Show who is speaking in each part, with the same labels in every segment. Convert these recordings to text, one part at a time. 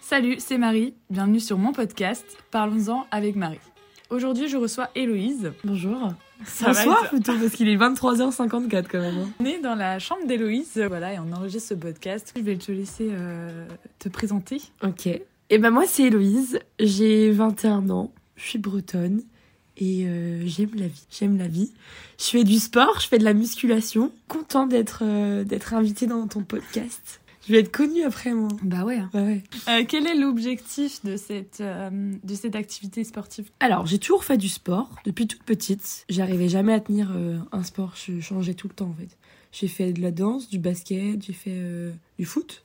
Speaker 1: Salut, c'est Marie, bienvenue sur mon podcast Parlons-en avec Marie. Aujourd'hui, je reçois Héloïse.
Speaker 2: Bonjour.
Speaker 1: Ça
Speaker 2: Bonsoir
Speaker 1: va être-
Speaker 2: plutôt, parce qu'il est 23h54 quand même. hein.
Speaker 1: On est dans la chambre d'Héloïse, voilà, et on enregistre ce podcast. Je vais te laisser euh, te présenter.
Speaker 2: Ok. Et ben moi c'est Héloïse, j'ai 21 ans, je suis bretonne et euh, j'aime la vie. J'aime la vie. Je fais du sport, je fais de la musculation. Content d'être euh, d'être invitée dans ton podcast. Je vais être connue après moi.
Speaker 1: Bah ouais.
Speaker 2: Ouais, hein. ouais.
Speaker 1: quel est l'objectif de cette, euh, de cette activité sportive
Speaker 2: Alors, j'ai toujours fait du sport depuis toute petite. J'arrivais jamais à tenir euh, un sport, je changeais tout le temps en fait. J'ai fait de la danse, du basket, j'ai fait euh, du foot.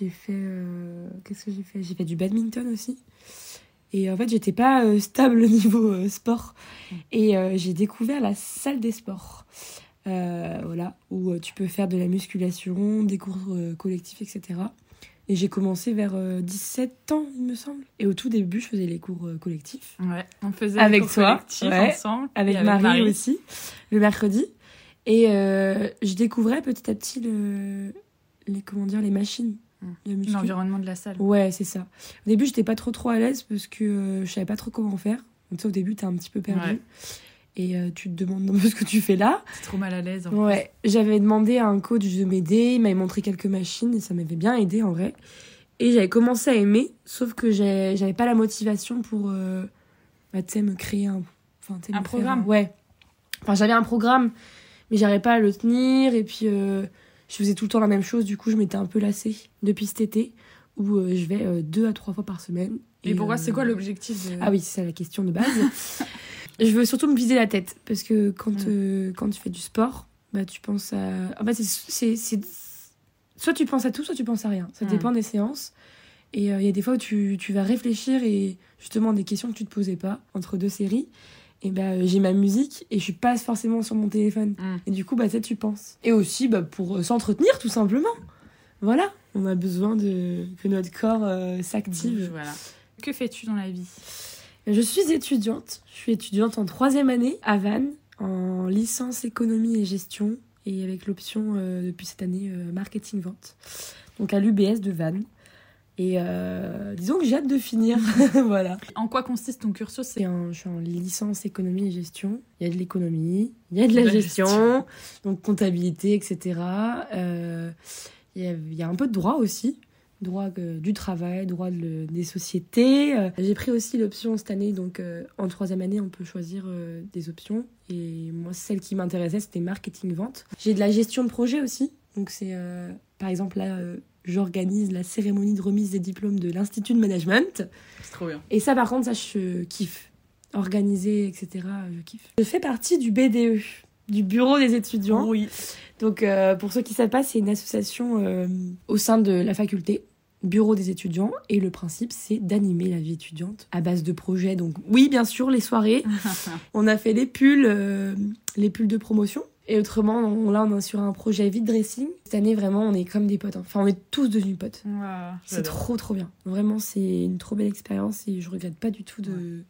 Speaker 2: J'ai fait. euh, Qu'est-ce que j'ai fait J'ai fait du badminton aussi. Et en fait, j'étais pas euh, stable au niveau euh, sport. Et euh, j'ai découvert la salle des sports. Euh, voilà, où euh, tu peux faire de la musculation, des cours euh, collectifs, etc. Et j'ai commencé vers euh, 17 ans, il me semble. Et au tout début, je faisais les cours euh, collectifs.
Speaker 1: Ouais, on faisait
Speaker 2: Avec
Speaker 1: des cours
Speaker 2: toi,
Speaker 1: collectifs
Speaker 2: ouais.
Speaker 1: ensemble.
Speaker 2: Avec,
Speaker 1: et
Speaker 2: Marie, aussi, le mercredi. Et euh, je découvrais petit à petit le, les, comment dire, les machines de muscu.
Speaker 1: L'environnement de la salle.
Speaker 2: Ouais, c'est ça. Au début, j'étais pas trop trop à l'aise parce que euh, je savais pas trop comment faire. Donc, tu sais, au début, t'es un petit peu perdu.
Speaker 1: Ouais.
Speaker 2: Et euh, tu te demandes un peu ce que tu fais là.
Speaker 1: C'est trop mal à l'aise. hein. en fait.
Speaker 2: Ouais, j'avais demandé à un coach de m'aider. Il m'avait montré quelques machines et ça m'avait bien aidé en vrai. Et j'avais commencé à aimer, sauf que j'ai- j'avais pas la motivation pour, euh, bah, tu sais, me créer un, enfin, tu sais,
Speaker 1: Un
Speaker 2: me faire
Speaker 1: programme.
Speaker 2: ouais. Enfin, j'avais un programme, mais j'arrivais pas à le tenir. Et puis, euh, je faisais tout le temps la même chose. Du coup, je m'étais un peu lassée depuis cet été, où euh, je vais euh, deux à trois fois par semaine.
Speaker 1: Et, pourquoi
Speaker 2: euh,
Speaker 1: C'est quoi l'objectif de...
Speaker 2: ah oui, c'est ça la question de base. je veux surtout me vider la tête parce que quand,
Speaker 1: Mm.
Speaker 2: euh, quand tu fais du sport, bah, tu penses à. En fait, c'est- c'est. c'est- Soit tu penses à tout, soit tu penses à rien. Ça
Speaker 1: Mm.
Speaker 2: dépend des séances. Et euh, il y a des fois où tu, tu vas réfléchir et justement des questions que tu te posais pas entre deux séries. Et bah, euh, j'ai ma musique et je suis pas forcément sur mon téléphone.
Speaker 1: Mm.
Speaker 2: Et du coup, bah, ça, tu penses. Et aussi bah, pour euh, s'entretenir, tout simplement. Voilà. On a besoin de, que notre corps euh, s'active.
Speaker 1: Voilà. Que fais-tu dans la vie
Speaker 2: Je suis étudiante. Je suis étudiante en troisième année à Vannes, en licence économie et gestion, et avec l'option euh, depuis cette année euh, marketing-vente. Donc à l'UBS de Vannes. Et euh, disons que j'ai hâte de finir. voilà.
Speaker 1: En quoi consiste ton cursus
Speaker 2: C'est un- je suis en licence économie et gestion. Il y a de l'économie, il y a de la, gestion, donc comptabilité, etc. Euh, il, y a, il y a un peu de droit aussi, droit euh, du travail, droit de le- des sociétés. Euh, J'ai pris aussi l'option cette année, donc euh, en troisième année, on peut choisir euh, des options. Et moi, celle qui m'intéressait, c'était marketing-vente. J'ai de la gestion de projet aussi, donc c'est euh, par exemple là. euh, J'organise la cérémonie de remise des diplômes de l'Institut de Management.
Speaker 1: C'est trop bien.
Speaker 2: Et ça, par contre, ça, je kiffe. Organiser, etc., je kiffe. Je fais partie du BDE, du Bureau des étudiants.
Speaker 1: Oui.
Speaker 2: Donc, euh, pour ceux qui ne savent pas, c'est une association euh, au sein de la faculté, Bureau des étudiants. Et le principe, c'est d'animer la vie étudiante à base de projets. Donc, oui, bien sûr, les soirées. On a fait les pulls, euh, les pulls de promotion. Et autrement, on- là, on est sur un projet vide dressing. Cette année, vraiment, on est comme des potes. hein. Enfin, on est tous devenus potes. C'est trop trop bien. Vraiment, c'est une trop belle expérience et je regrette pas du tout de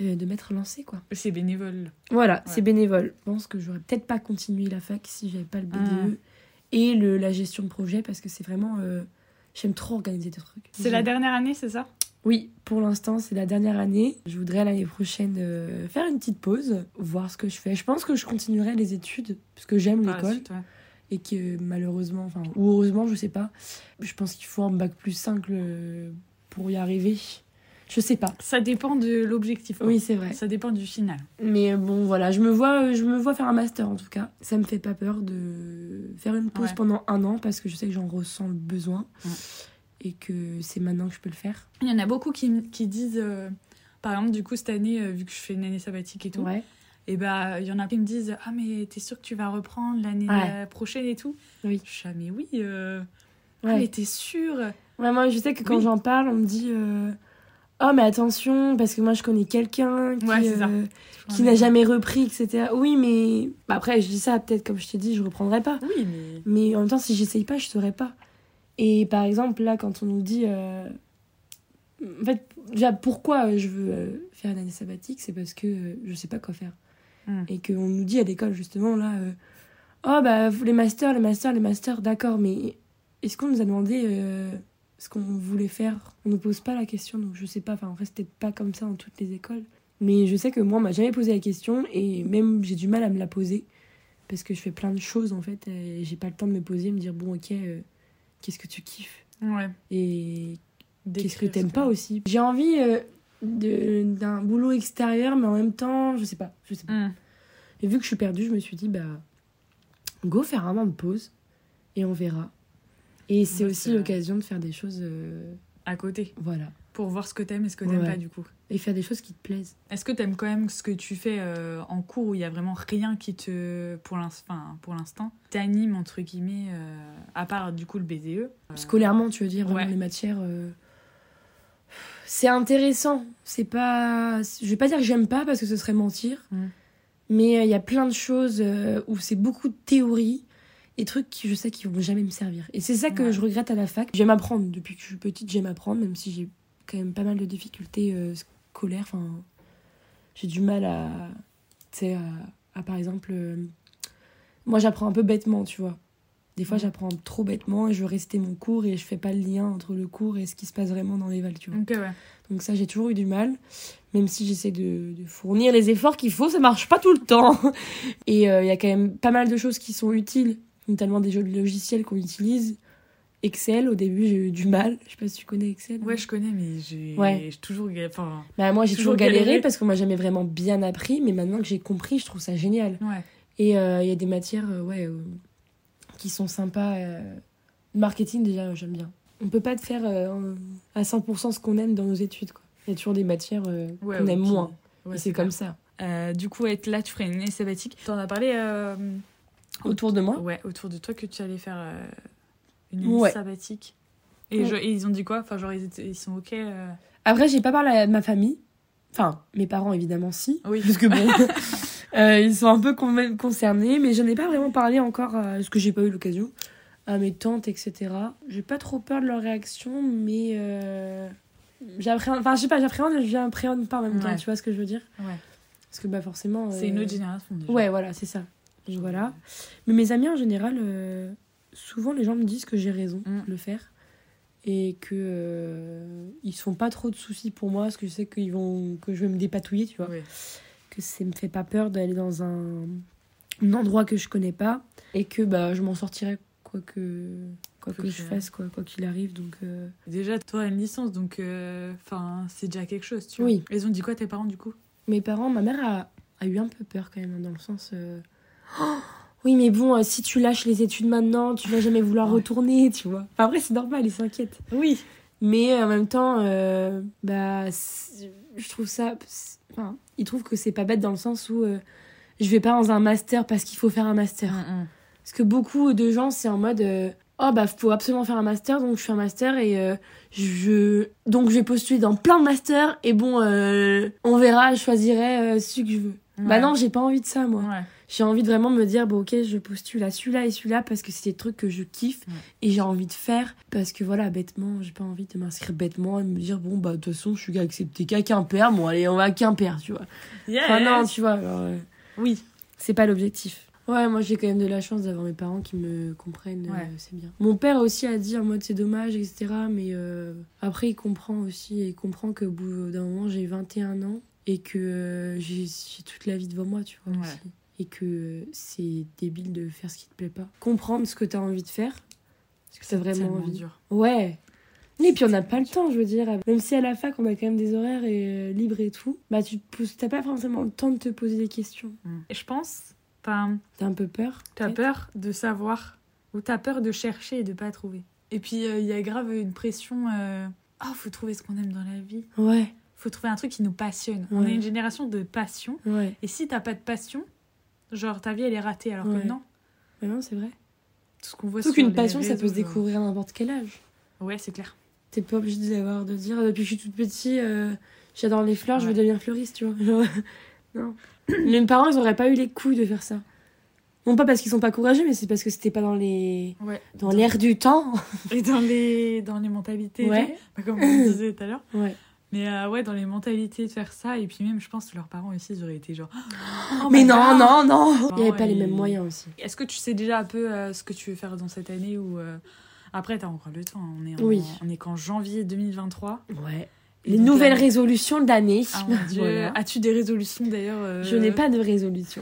Speaker 2: de, de m'être lancée quoi.
Speaker 1: C'est bénévole.
Speaker 2: Voilà,
Speaker 1: Ouais.
Speaker 2: c'est bénévole. Je pense que j'aurais peut-être pas continué la fac si j'avais pas le BDE
Speaker 1: Ah.
Speaker 2: et le, la gestion de projet parce que c'est vraiment euh, j'aime trop organiser des trucs.
Speaker 1: C'est la dernière année, c'est ça
Speaker 2: Oui, pour l'instant, c'est la dernière année. Je voudrais l'année prochaine euh, faire une petite pause, voir ce que je fais. Je pense que je continuerai les études parce que j'aime
Speaker 1: Par la
Speaker 2: l'école
Speaker 1: suite, ouais.
Speaker 2: et que malheureusement, enfin, ou heureusement, je sais pas, je pense qu'il faut un bac plus 5 le- pour y arriver. Je sais pas.
Speaker 1: Ça dépend de l'objectif. quoi.
Speaker 2: Oui, c'est vrai.
Speaker 1: Ça dépend du final.
Speaker 2: Mais euh, bon, voilà, je me vois, euh, je me vois faire un master en tout cas. Ça me fait pas peur de faire une pause
Speaker 1: Ouais.
Speaker 2: pendant un an parce que je sais que j'en ressens le besoin
Speaker 1: Ouais.
Speaker 2: et que c'est maintenant que je peux le faire.
Speaker 1: Il y en a beaucoup qui, qui disent, euh, par exemple, du coup, cette année, euh, vu que je fais une année sabbatique et tout,
Speaker 2: Ouais.
Speaker 1: et bah, il y en a qui me disent Ah, mais t'es sûr que tu vas reprendre l'année
Speaker 2: Ouais.
Speaker 1: prochaine et tout
Speaker 2: Oui.
Speaker 1: Je suis, Ah, mais oui. euh, ah,
Speaker 2: Ouais.
Speaker 1: mais t'es sûre
Speaker 2: Ouais, moi, je sais que quand
Speaker 1: Oui.
Speaker 2: j'en parle, on me dit euh, Oh, mais attention, parce que moi, je connais quelqu'un qui,
Speaker 1: Ouais, c'est ça.
Speaker 2: euh, qui n'a jamais repris, etc. Oui, mais bah, après, je dis ça, peut-être comme je t'ai dit, je reprendrai pas.
Speaker 1: Oui, mais.
Speaker 2: Mais en même temps, si j'essaye pas, je saurais pas. Et par exemple, là, quand on nous dit. euh, En fait, déjà, pourquoi je veux euh, faire une année sabbatique C'est parce que euh, je sais pas quoi faire.
Speaker 1: Mm.
Speaker 2: Et qu'on nous dit à l'école, justement, là. euh, Oh, bah, vous, les masters, les masters, les masters, d'accord, mais est-ce qu'on nous a demandé euh, ce qu'on voulait faire. On ne pose pas la question, donc je sais pas. Enfin, en fait, c'était pas comme ça dans toutes les écoles. Mais je sais que moi, on m'a jamais posé la question et même j'ai du mal à me la poser parce que je fais plein de choses en fait. et J'ai pas le temps de me poser, me dire bon, ok, euh, qu'est-ce que tu kiffes
Speaker 1: Ouais.
Speaker 2: et qu'est-ce que
Speaker 1: Décrire
Speaker 2: t'aimes
Speaker 1: ce
Speaker 2: pas aussi. J'ai envie euh, de- d'un boulot extérieur, mais en même temps, je sais pas, je sais pas.
Speaker 1: Hum.
Speaker 2: Et vu que je suis perdue, je me suis dit, bah, go faire un moment de pause et on verra. Et c'est
Speaker 1: Ouais,
Speaker 2: aussi
Speaker 1: c'est vrai.
Speaker 2: l'occasion de faire des choses, euh,
Speaker 1: À côté,
Speaker 2: voilà,
Speaker 1: pour voir ce que t'aimes et ce que t'aimes
Speaker 2: Ouais.
Speaker 1: pas du coup.
Speaker 2: et faire des choses qui te plaisent.
Speaker 1: Est-ce que t'aimes quand même ce que tu fais euh, en cours où il y a vraiment rien qui te, pour l'inst- enfin, pour l'instant, t'anime entre guillemets, euh, à part du coup le E? BDE
Speaker 2: Scolairement, tu veux dire, vraiment,
Speaker 1: Ouais.
Speaker 2: les matières. euh, C'est intéressant. C'est pas. Je vais pas dire que j'aime pas parce que ce serait mentir.
Speaker 1: Mm.
Speaker 2: Mais euh, il y a plein de choses euh, où c'est beaucoup de théorie et trucs qui je sais qui vont jamais me servir. Et c'est ça que
Speaker 1: Ouais.
Speaker 2: je regrette à la fac. J'aime apprendre. Depuis que je suis petite, j'aime apprendre, même si j'ai quand même pas mal de difficultés euh, scolaires. Enfin, j'ai du mal à. Tu sais, euh, à, à, par exemple. euh, moi, j'apprends un peu bêtement, tu vois. Des fois,
Speaker 1: Ouais.
Speaker 2: j'apprends trop bêtement et je veux rester mon cours et je fais pas le lien entre le cours et ce qui se passe vraiment dans les vals, tu vois.
Speaker 1: Ok, ouais.
Speaker 2: Donc ça, j'ai toujours eu du mal, même si j'essaie de, de fournir les efforts qu'il faut, ça marche pas tout le temps. Et euh, il y a quand même pas mal de choses qui sont utiles, notamment des jeux de logiciels qu'on utilise. Excel, au début, j'ai eu du mal. Je sais pas si tu connais Excel.
Speaker 1: Ouais, je connais, mais j'ai
Speaker 2: Ouais.
Speaker 1: j'ai toujours. ga- Enfin,
Speaker 2: Bah, moi, j'ai
Speaker 1: Toujours
Speaker 2: toujours galéré,
Speaker 1: galéré.
Speaker 2: parce qu'on m'a jamais vraiment bien appris, mais maintenant que j'ai compris, je trouve ça génial.
Speaker 1: ouais.
Speaker 2: Et il y a des matières euh, ouais, euh, qui sont sympas. euh, le marketing, déjà, euh, j'aime bien. On peut pas te faire euh, à 100% ce qu'on aime dans nos études. Il y a toujours des matières euh,
Speaker 1: ouais
Speaker 2: qu'on
Speaker 1: ouais,
Speaker 2: aime
Speaker 1: qui-
Speaker 2: moins.
Speaker 1: ouais,
Speaker 2: Et c'est
Speaker 1: clair.
Speaker 2: comme ça.
Speaker 1: Euh, du coup, être là, tu ferais une année sabbatique. T'en as parlé euh,
Speaker 2: Autour de moi,
Speaker 1: ouais, autour de toi que tu allais faire euh, une année
Speaker 2: Ouais.
Speaker 1: sabbatique. Et,
Speaker 2: Ouais.
Speaker 1: je- et ils ont dit quoi Enfin, genre, ils, étaient- ils sont OK euh,
Speaker 2: Après, j'ai pas parlé à ma famille. Enfin, mes parents, évidemment, si.
Speaker 1: Oui.
Speaker 2: Parce que bon, euh, ils sont un peu con- concernés, mais je n'ai pas vraiment parlé encore, euh, parce que j'ai pas eu l'occasion, à mes tantes, etc. J'ai pas trop peur de leur réaction, mais. euh, J'appréhende, enfin, je sais pas, j'appréhende et je l'appréhende pas en même temps,
Speaker 1: Ouais.
Speaker 2: tu vois ce que je veux dire
Speaker 1: Ouais.
Speaker 2: Parce que, bah, forcément.
Speaker 1: C'est
Speaker 2: euh,
Speaker 1: une autre génération. déjà.
Speaker 2: Ouais, voilà, c'est ça. Et voilà. Mais mes amis en général, euh, souvent les gens me disent que j'ai raison
Speaker 1: Mm.
Speaker 2: de le faire et que euh, ils se font pas trop de soucis pour moi parce que je sais qu'ils vont que je vais me dépatouiller, tu vois,
Speaker 1: Ouais.
Speaker 2: que ça me fait pas peur d'aller dans un, un endroit que je connais pas et que bah je m'en sortirai quoi que quoi
Speaker 1: Quoi
Speaker 2: que
Speaker 1: qu'il
Speaker 2: je
Speaker 1: arrive.
Speaker 2: fasse quoi quoi qu'il arrive donc euh,
Speaker 1: Déjà, toi, une licence, donc euh, enfin, c'est déjà quelque chose, tu vois.
Speaker 2: Oui.
Speaker 1: Ils ont dit quoi tes parents du coup
Speaker 2: Mes parents, ma mère a, a eu un peu peur quand même, hein, dans le sens. euh, Oh, oui, mais bon, euh, si tu lâches les études maintenant, tu vas jamais vouloir
Speaker 1: Ouais.
Speaker 2: retourner, tu vois. Enfin, après, c'est normal, ils s'inquiètent.
Speaker 1: Oui.
Speaker 2: Mais euh, en même temps, euh, bah, c'est- je trouve ça. c'est- Enfin, ils trouvent que c'est pas bête dans le sens où euh, je vais pas dans un master parce qu'il faut faire un
Speaker 1: Mm,
Speaker 2: master. Parce que beaucoup de gens, c'est en mode euh, Oh, bah, faut absolument faire un master, donc je fais un master et euh, je. Donc, je vais postuler dans plein de masters et bon, euh, on verra, je choisirai euh, celui que je veux. Bah, non, j'ai pas envie de ça, moi.
Speaker 1: Ouais.
Speaker 2: J'ai envie de vraiment me dire Bon, ok, je postule à celui-là et celui-là parce que c'est des trucs que je kiffe
Speaker 1: Ouais.
Speaker 2: et j'ai envie de faire. Parce que voilà, bêtement, j'ai pas envie de m'inscrire bêtement et de me dire Bon, bah, de toute façon, je suis accepté qu'à Quimper, bon, allez, on va à Quimper, tu vois. Enfin, non, tu vois, alors, euh,
Speaker 1: Oui.
Speaker 2: c'est pas l'objectif. Ouais, moi j'ai quand même de la chance d'avoir mes parents qui me comprennent, euh,
Speaker 1: Ouais.
Speaker 2: c'est bien. Mon père aussi a dit en mode c'est dommage, etc. Mais euh, après il comprend aussi, et il comprend qu'au bout d'un moment j'ai 21 ans et que euh, j'ai j'ai toute la vie devant moi, tu vois.
Speaker 1: Ouais.
Speaker 2: aussi. Et que euh, c'est débile de faire ce qui te plaît pas. Comprendre ce que t'as envie de faire, parce que t'as vraiment
Speaker 1: Tellement
Speaker 2: envie.
Speaker 1: dur.
Speaker 2: Ouais. Et puis on n'a pas le temps, je veux dire. Même si à la fac on a quand même des horaires et, euh, libres et tout, bah tu te poses- t'as pas forcément le temps de te poser des questions.
Speaker 1: Et je pense, enfin,
Speaker 2: T'as un peu peur
Speaker 1: t'as
Speaker 2: peut-être
Speaker 1: peur de savoir ou t'as peur de chercher et de pas trouver. Et puis euh, il y a grave une pression. euh, Oh, faut trouver ce qu'on aime dans la vie.
Speaker 2: Ouais,
Speaker 1: Faut trouver un truc qui nous passionne. On
Speaker 2: Ouais.
Speaker 1: est une génération de passion.
Speaker 2: ouais.
Speaker 1: Et si t'as pas de passion, genre ta vie elle est ratée. Alors
Speaker 2: Ouais.
Speaker 1: que non.
Speaker 2: Mais non, c'est vrai.
Speaker 1: Tout ce qu'on voit.
Speaker 2: Surtout
Speaker 1: sur
Speaker 2: qu'une
Speaker 1: les euh,
Speaker 2: passion, ça peut
Speaker 1: réseaux,
Speaker 2: se
Speaker 1: genre.
Speaker 2: découvrir à n'importe quel âge.
Speaker 1: Ouais, c'est clair.
Speaker 2: T'es pas obligé d'avoir de dire depuis que je suis toute petite, euh, j'adore les fleurs, je veux
Speaker 1: Ouais.
Speaker 2: devenir fleuriste, tu vois. Genre, non. Mes parents, ils auraient pas eu les couilles de faire ça. Non pas parce qu'ils sont pas courageux, mais c'est parce que c'était pas dans les
Speaker 1: Ouais.
Speaker 2: dans l'air du temps.
Speaker 1: Et dans les dans les mentalités. et
Speaker 2: Ouais.
Speaker 1: tout. Comme on disait tout à l'heure.
Speaker 2: Ouais.
Speaker 1: Mais euh, ouais, dans les mentalités de faire ça, et puis même, je pense que leurs parents aussi, ils auraient été genre. Oh
Speaker 2: mais
Speaker 1: my
Speaker 2: non,
Speaker 1: God Oh
Speaker 2: non, non. Il y
Speaker 1: Non,
Speaker 2: avait pas les
Speaker 1: et-
Speaker 2: mêmes moyens aussi.
Speaker 1: Est-ce que tu sais déjà un peu euh, ce que tu veux faire dans cette année ou euh, Après, t'as encore le temps. On est, en, oui. on est qu'en janvier 2023.
Speaker 2: Ouais. Les Donc, nouvelles là... résolutions de l'année.
Speaker 1: euh, Ah, voilà. As-tu des résolutions d'ailleurs euh...
Speaker 2: Je n'ai pas de résolution.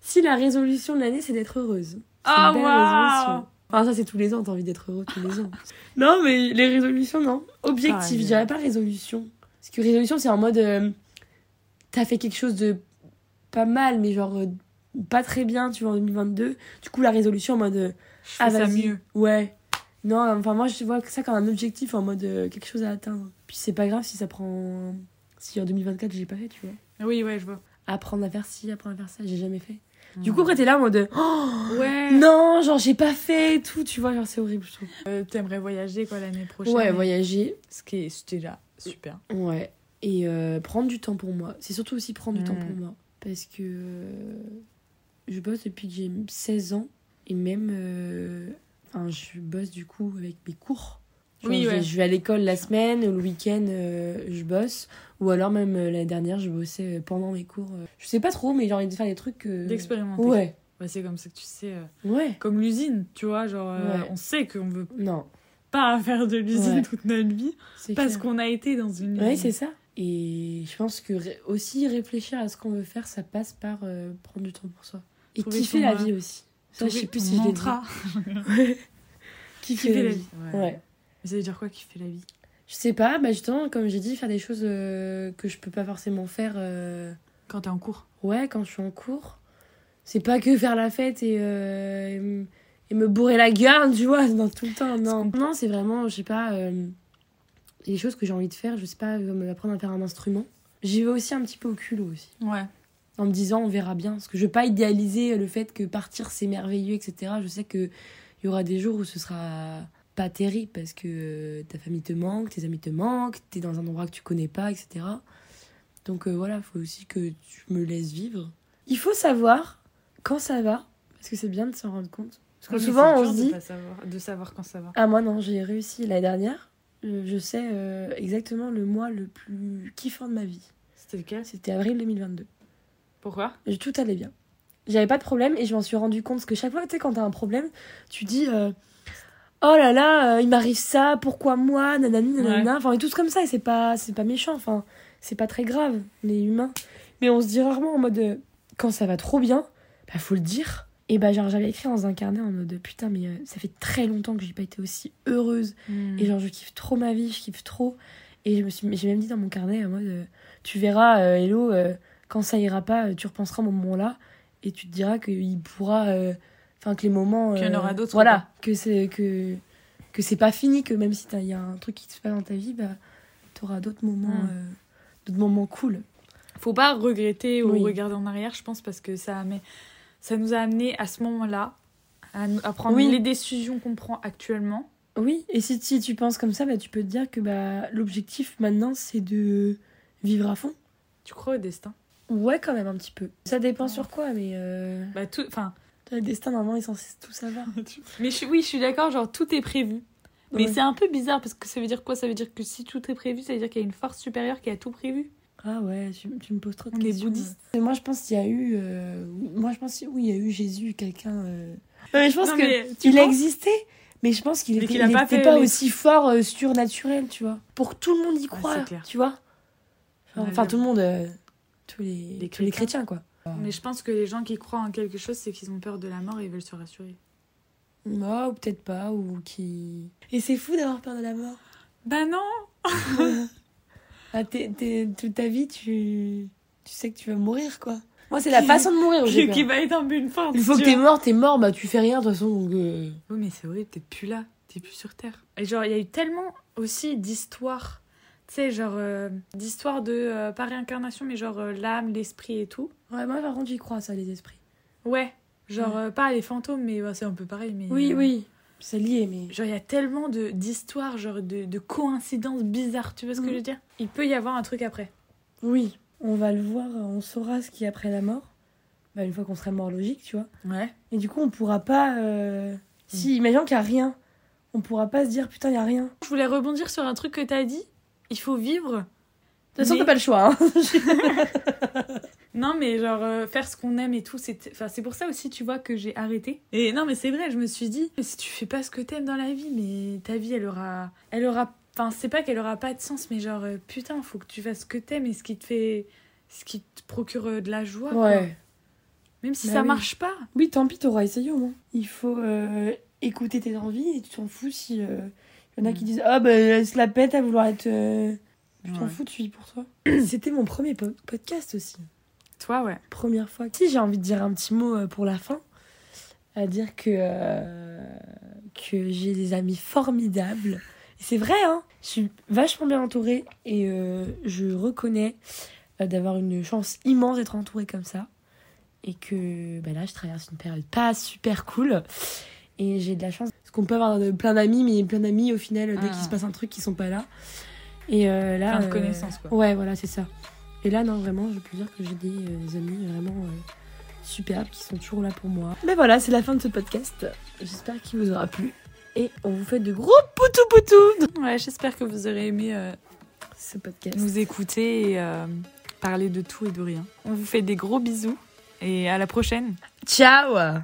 Speaker 2: Si la résolution de l'année, c'est d'être heureuse.
Speaker 1: Ah, oh, wow
Speaker 2: Enfin, ça, c'est tous les ans, t'as envie d'être heureux tous les ans. non, mais les résolutions, non. Objectif, ah, je dirais pas résolution. Parce que résolution, c'est en mode. Euh, t'as fait quelque chose de pas mal, mais genre euh, pas très bien, tu vois, en 2022. Du coup, la résolution en mode. Euh,
Speaker 1: je ah, fais ça mieux.
Speaker 2: Ouais. Non, enfin, moi, je vois ça comme un objectif en mode euh, quelque chose à atteindre. Puis c'est pas grave si ça prend. Si en 2024, j'ai pas fait, tu vois.
Speaker 1: Oui, ouais, je vois.
Speaker 2: Apprendre à faire ci, apprendre à faire ça, j'ai jamais fait. Du coup, après, t'es là en mode oh,
Speaker 1: ouais.
Speaker 2: Non, genre, j'ai pas fait et tout, tu vois, genre, c'est horrible, je trouve.
Speaker 1: Euh, T'aimerais voyager, quoi, l'année prochaine
Speaker 2: Ouais, voyager.
Speaker 1: Ce qui est déjà super.
Speaker 2: Ouais. Et euh, prendre du temps pour moi. C'est surtout aussi prendre du mmh. temps pour moi. Parce que euh, je bosse depuis que j'ai 16 ans. Et même. euh, Enfin, je bosse du coup avec mes cours. Genre, oui, ouais. je, je vais à l'école la semaine, le week-end euh, je bosse, ou alors même euh, l'année dernière je bossais pendant mes cours. Euh, je sais pas trop, mais j'ai envie de faire des trucs.
Speaker 1: D'expérimenter.
Speaker 2: Euh, Ouais.
Speaker 1: Bah, c'est comme ça que tu sais.
Speaker 2: ouais.
Speaker 1: Comme l'usine, tu vois, genre ouais. on sait qu'on veut
Speaker 2: non.
Speaker 1: pas faire de l'usine ouais. toute notre vie parce qu'on a été dans une.
Speaker 2: Ouais, c'est ça. Et je pense que ré aussi réfléchir à ce qu'on veut faire, ça passe par euh, prendre du temps pour soi. Et Trouver kiffer la vie aussi. Ça, je sais plus si je l'ai dit. kiffer la vie. ouais.
Speaker 1: Ça veut dire quoi qui fait la vie
Speaker 2: Je sais pas, bah justement, comme j'ai dit, faire des choses euh, que je peux pas forcément faire. Euh...
Speaker 1: Quand t'es en cours
Speaker 2: Ouais, quand je suis en cours. C'est pas que faire la fête et, euh, et, me, et, me bourrer la gueule, tu vois, dans tout le temps. Non, non c'est vraiment, je sais pas, les choses que j'ai envie de faire, je sais pas, comme apprendre à faire un instrument. J'y vais aussi un petit peu au culot aussi.
Speaker 1: Ouais.
Speaker 2: En me disant, on verra bien. Parce que je veux pas idéaliser le fait que partir c'est merveilleux, etc. Je sais qu'il y aura des jours où ce sera pas terrible parce que euh, ta famille te manque, tes amis te manquent, t'es dans un endroit que tu connais pas, etc. Donc euh, voilà, faut aussi que tu me laisses vivre. Il faut savoir quand ça va, parce que c'est bien de s'en rendre compte. Parce que oui, souvent on se dit.
Speaker 1: De savoir, de savoir quand ça va.
Speaker 2: Ah, moi non, j'ai réussi l'année dernière. Je sais euh, exactement le mois le plus kiffant de ma vie.
Speaker 1: C'était lequel
Speaker 2: C'était avril 2022.
Speaker 1: Pourquoi
Speaker 2: Tout allait bien. J'avais pas de problème et je m'en suis rendu compte. Parce que chaque fois, tu sais, quand t'as un problème, tu dis. Euh, oh là là, euh, il m'arrive ça, pourquoi moi, nanani, nanana. Ouais. Enfin, on est tous comme ça et c'est pas, c'est pas méchant, enfin, c'est pas très grave, on est humains. Mais on se dit rarement en mode, euh, quand ça va trop bien, bah faut le dire. Et bah, genre, j'avais écrit dans un carnet en mode, putain, mais euh, ça fait très longtemps que j'ai pas été aussi heureuse. Mmh.
Speaker 1: Mm.
Speaker 2: Et genre, je kiffe trop ma vie, je kiffe trop. Et je me suis, j'ai même dit dans mon carnet en mode, euh, tu verras, euh, Hello, quand ça ira pas, euh, tu repenseras au moment là et tu te diras qu'il pourra euh, enfin que les moments euh,
Speaker 1: qu'il y en aura d'autres
Speaker 2: voilà quoi. que c'est que que c'est pas fini que même si il y a un truc qui se passe dans ta vie bah t'auras d'autres moments
Speaker 1: Mm.
Speaker 2: mmh. euh, d'autres moments cool
Speaker 1: faut pas regretter ou oui. regarder en arrière je pense parce que ça mais ça nous a amené à ce moment là à, à prendre oui. les décisions qu'on prend actuellement
Speaker 2: oui et si, si tu penses comme ça bah tu peux te dire que bah l'objectif maintenant c'est de vivre à fond
Speaker 1: tu crois au destin
Speaker 2: ouais quand même un petit peu ça dépend ouais. sur quoi mais euh...
Speaker 1: bah tout enfin
Speaker 2: le destin, normalement, est censé tout savoir.
Speaker 1: mais je, oui, je suis d'accord, genre tout est prévu. Mais ouais. c'est un peu bizarre parce que ça veut dire quoi Ça veut dire que si tout est prévu, ça veut dire qu'il y a une force supérieure qui a tout prévu.
Speaker 2: Ah ouais, tu, tu me poses trop de
Speaker 1: On questions. Les bouddhistes.
Speaker 2: Et moi, je pense qu'il y a eu. Euh, moi, je pense oui, il y a eu Jésus, quelqu'un. Euh... mais je pense qu'il existait, mais je pense qu'il n'était qu pas, fait Ah, pas les... aussi fort euh, surnaturel, tu vois. Pour que tout le monde y croit, ouais, tu vois. Enfin, enfin, tout le monde. euh, tous les, les chrétiens. Tous les chrétiens, quoi.
Speaker 1: Mais je pense que les gens qui croient en quelque chose, c'est qu'ils ont peur de la mort et ils veulent se rassurer.
Speaker 2: Non, ou peut-être pas, ou qui. Et c'est fou d'avoir peur de la mort.
Speaker 1: Bah non
Speaker 2: ah, t es, t es, Toute ta vie, tu... tu sais que tu vas mourir, quoi. Moi, c'est la façon de mourir.
Speaker 1: Qui, qui va être un but de force.
Speaker 2: Une fois que t'es mort, t'es mort, bah tu fais rien, de toute façon. Donc, euh...
Speaker 1: Oui, mais c'est horrible, t'es plus là, t'es plus sur Terre. Et genre, il y a eu tellement aussi d'histoires. Tu sais, genre, euh, d'histoires de. Euh, pas réincarnation, mais genre euh, l'âme, l'esprit et tout.
Speaker 2: Ouais, moi par contre j'y crois ça, les esprits.
Speaker 1: Ouais, genre ouais. Euh, pas les fantômes, mais bah, c'est un peu pareil. Mais,
Speaker 2: oui, euh, oui, c'est lié, mais.
Speaker 1: Genre il y a tellement d'histoires, genre de, de, coïncidences bizarres, tu vois
Speaker 2: Mm.
Speaker 1: ce mmh. que je veux dire Il peut y avoir un truc après.
Speaker 2: Oui, on va le voir, euh, on saura ce qu'il y a après la mort. Bah, une fois qu'on sera mort logique, tu vois.
Speaker 1: Ouais.
Speaker 2: Et du coup, on pourra pas. Euh... Mmh. Si, imaginons qu'il n'y a rien. On pourra pas se dire putain, il y a rien.
Speaker 1: Je voulais rebondir sur un truc que t'as dit. Il faut vivre
Speaker 2: toute façon,
Speaker 1: Mais-
Speaker 2: t'as pas le choix. hein.
Speaker 1: Non, mais genre, euh, faire ce qu'on aime et tout, c'est enfin, c'est pour ça aussi, tu vois, que j'ai arrêté. Et non, mais c'est vrai, je me suis dit, mais si tu fais pas ce que t'aimes dans la vie, mais ta vie, elle aura. Elle aura. Enfin, c'est pas qu'elle aura pas de sens, mais genre, euh, putain, faut que tu fasses ce que t'aimes et ce qui te fait. ce qui te procure euh, de la joie. quoi.
Speaker 2: Ouais.
Speaker 1: Même si
Speaker 2: Bah
Speaker 1: ça
Speaker 2: oui.
Speaker 1: marche pas.
Speaker 2: Oui, tant pis, t'auras essayé au moins. Il faut euh, écouter tes envies et tu t'en fous si. euh, Il y en a qui disent Ah, bah, elle se la pète à vouloir être. euh, Je t'en
Speaker 1: Ouais.
Speaker 2: fous, tu vis pour toi. C'était mon premier po- podcast aussi.
Speaker 1: Toi, ouais.
Speaker 2: Première fois. Si, j'ai envie de dire un petit mot euh, pour la fin. À dire que. euh, que j'ai des amis formidables. Et C'est vrai, hein. Je suis vachement bien entourée et euh, je reconnais euh, d'avoir une chance immense d'être entourée comme ça. Et que bah là, je traverse une période pas super cool. Et j'ai de la chance. Parce qu'on peut avoir de- plein d'amis, mais plein d'amis au final, dès
Speaker 1: Ah.
Speaker 2: qu'il se passe un truc, ils sont pas là. Et euh, là.
Speaker 1: Plein de
Speaker 2: euh,
Speaker 1: connaissances, quoi.
Speaker 2: Ouais, voilà, c'est ça. Et là, non, vraiment, je peux dire que j'ai des euh, amis vraiment euh, superbes qui sont toujours là pour moi. Mais Ben voilà, c'est la fin de ce podcast. J'espère qu'il vous aura plu. Et on vous fait de gros poutou poutou
Speaker 1: Ouais, j'espère que vous aurez aimé euh,
Speaker 2: ce podcast.
Speaker 1: nous écouter et euh, parler de tout et de rien. On vous fait des gros bisous et à la prochaine.
Speaker 2: Ciao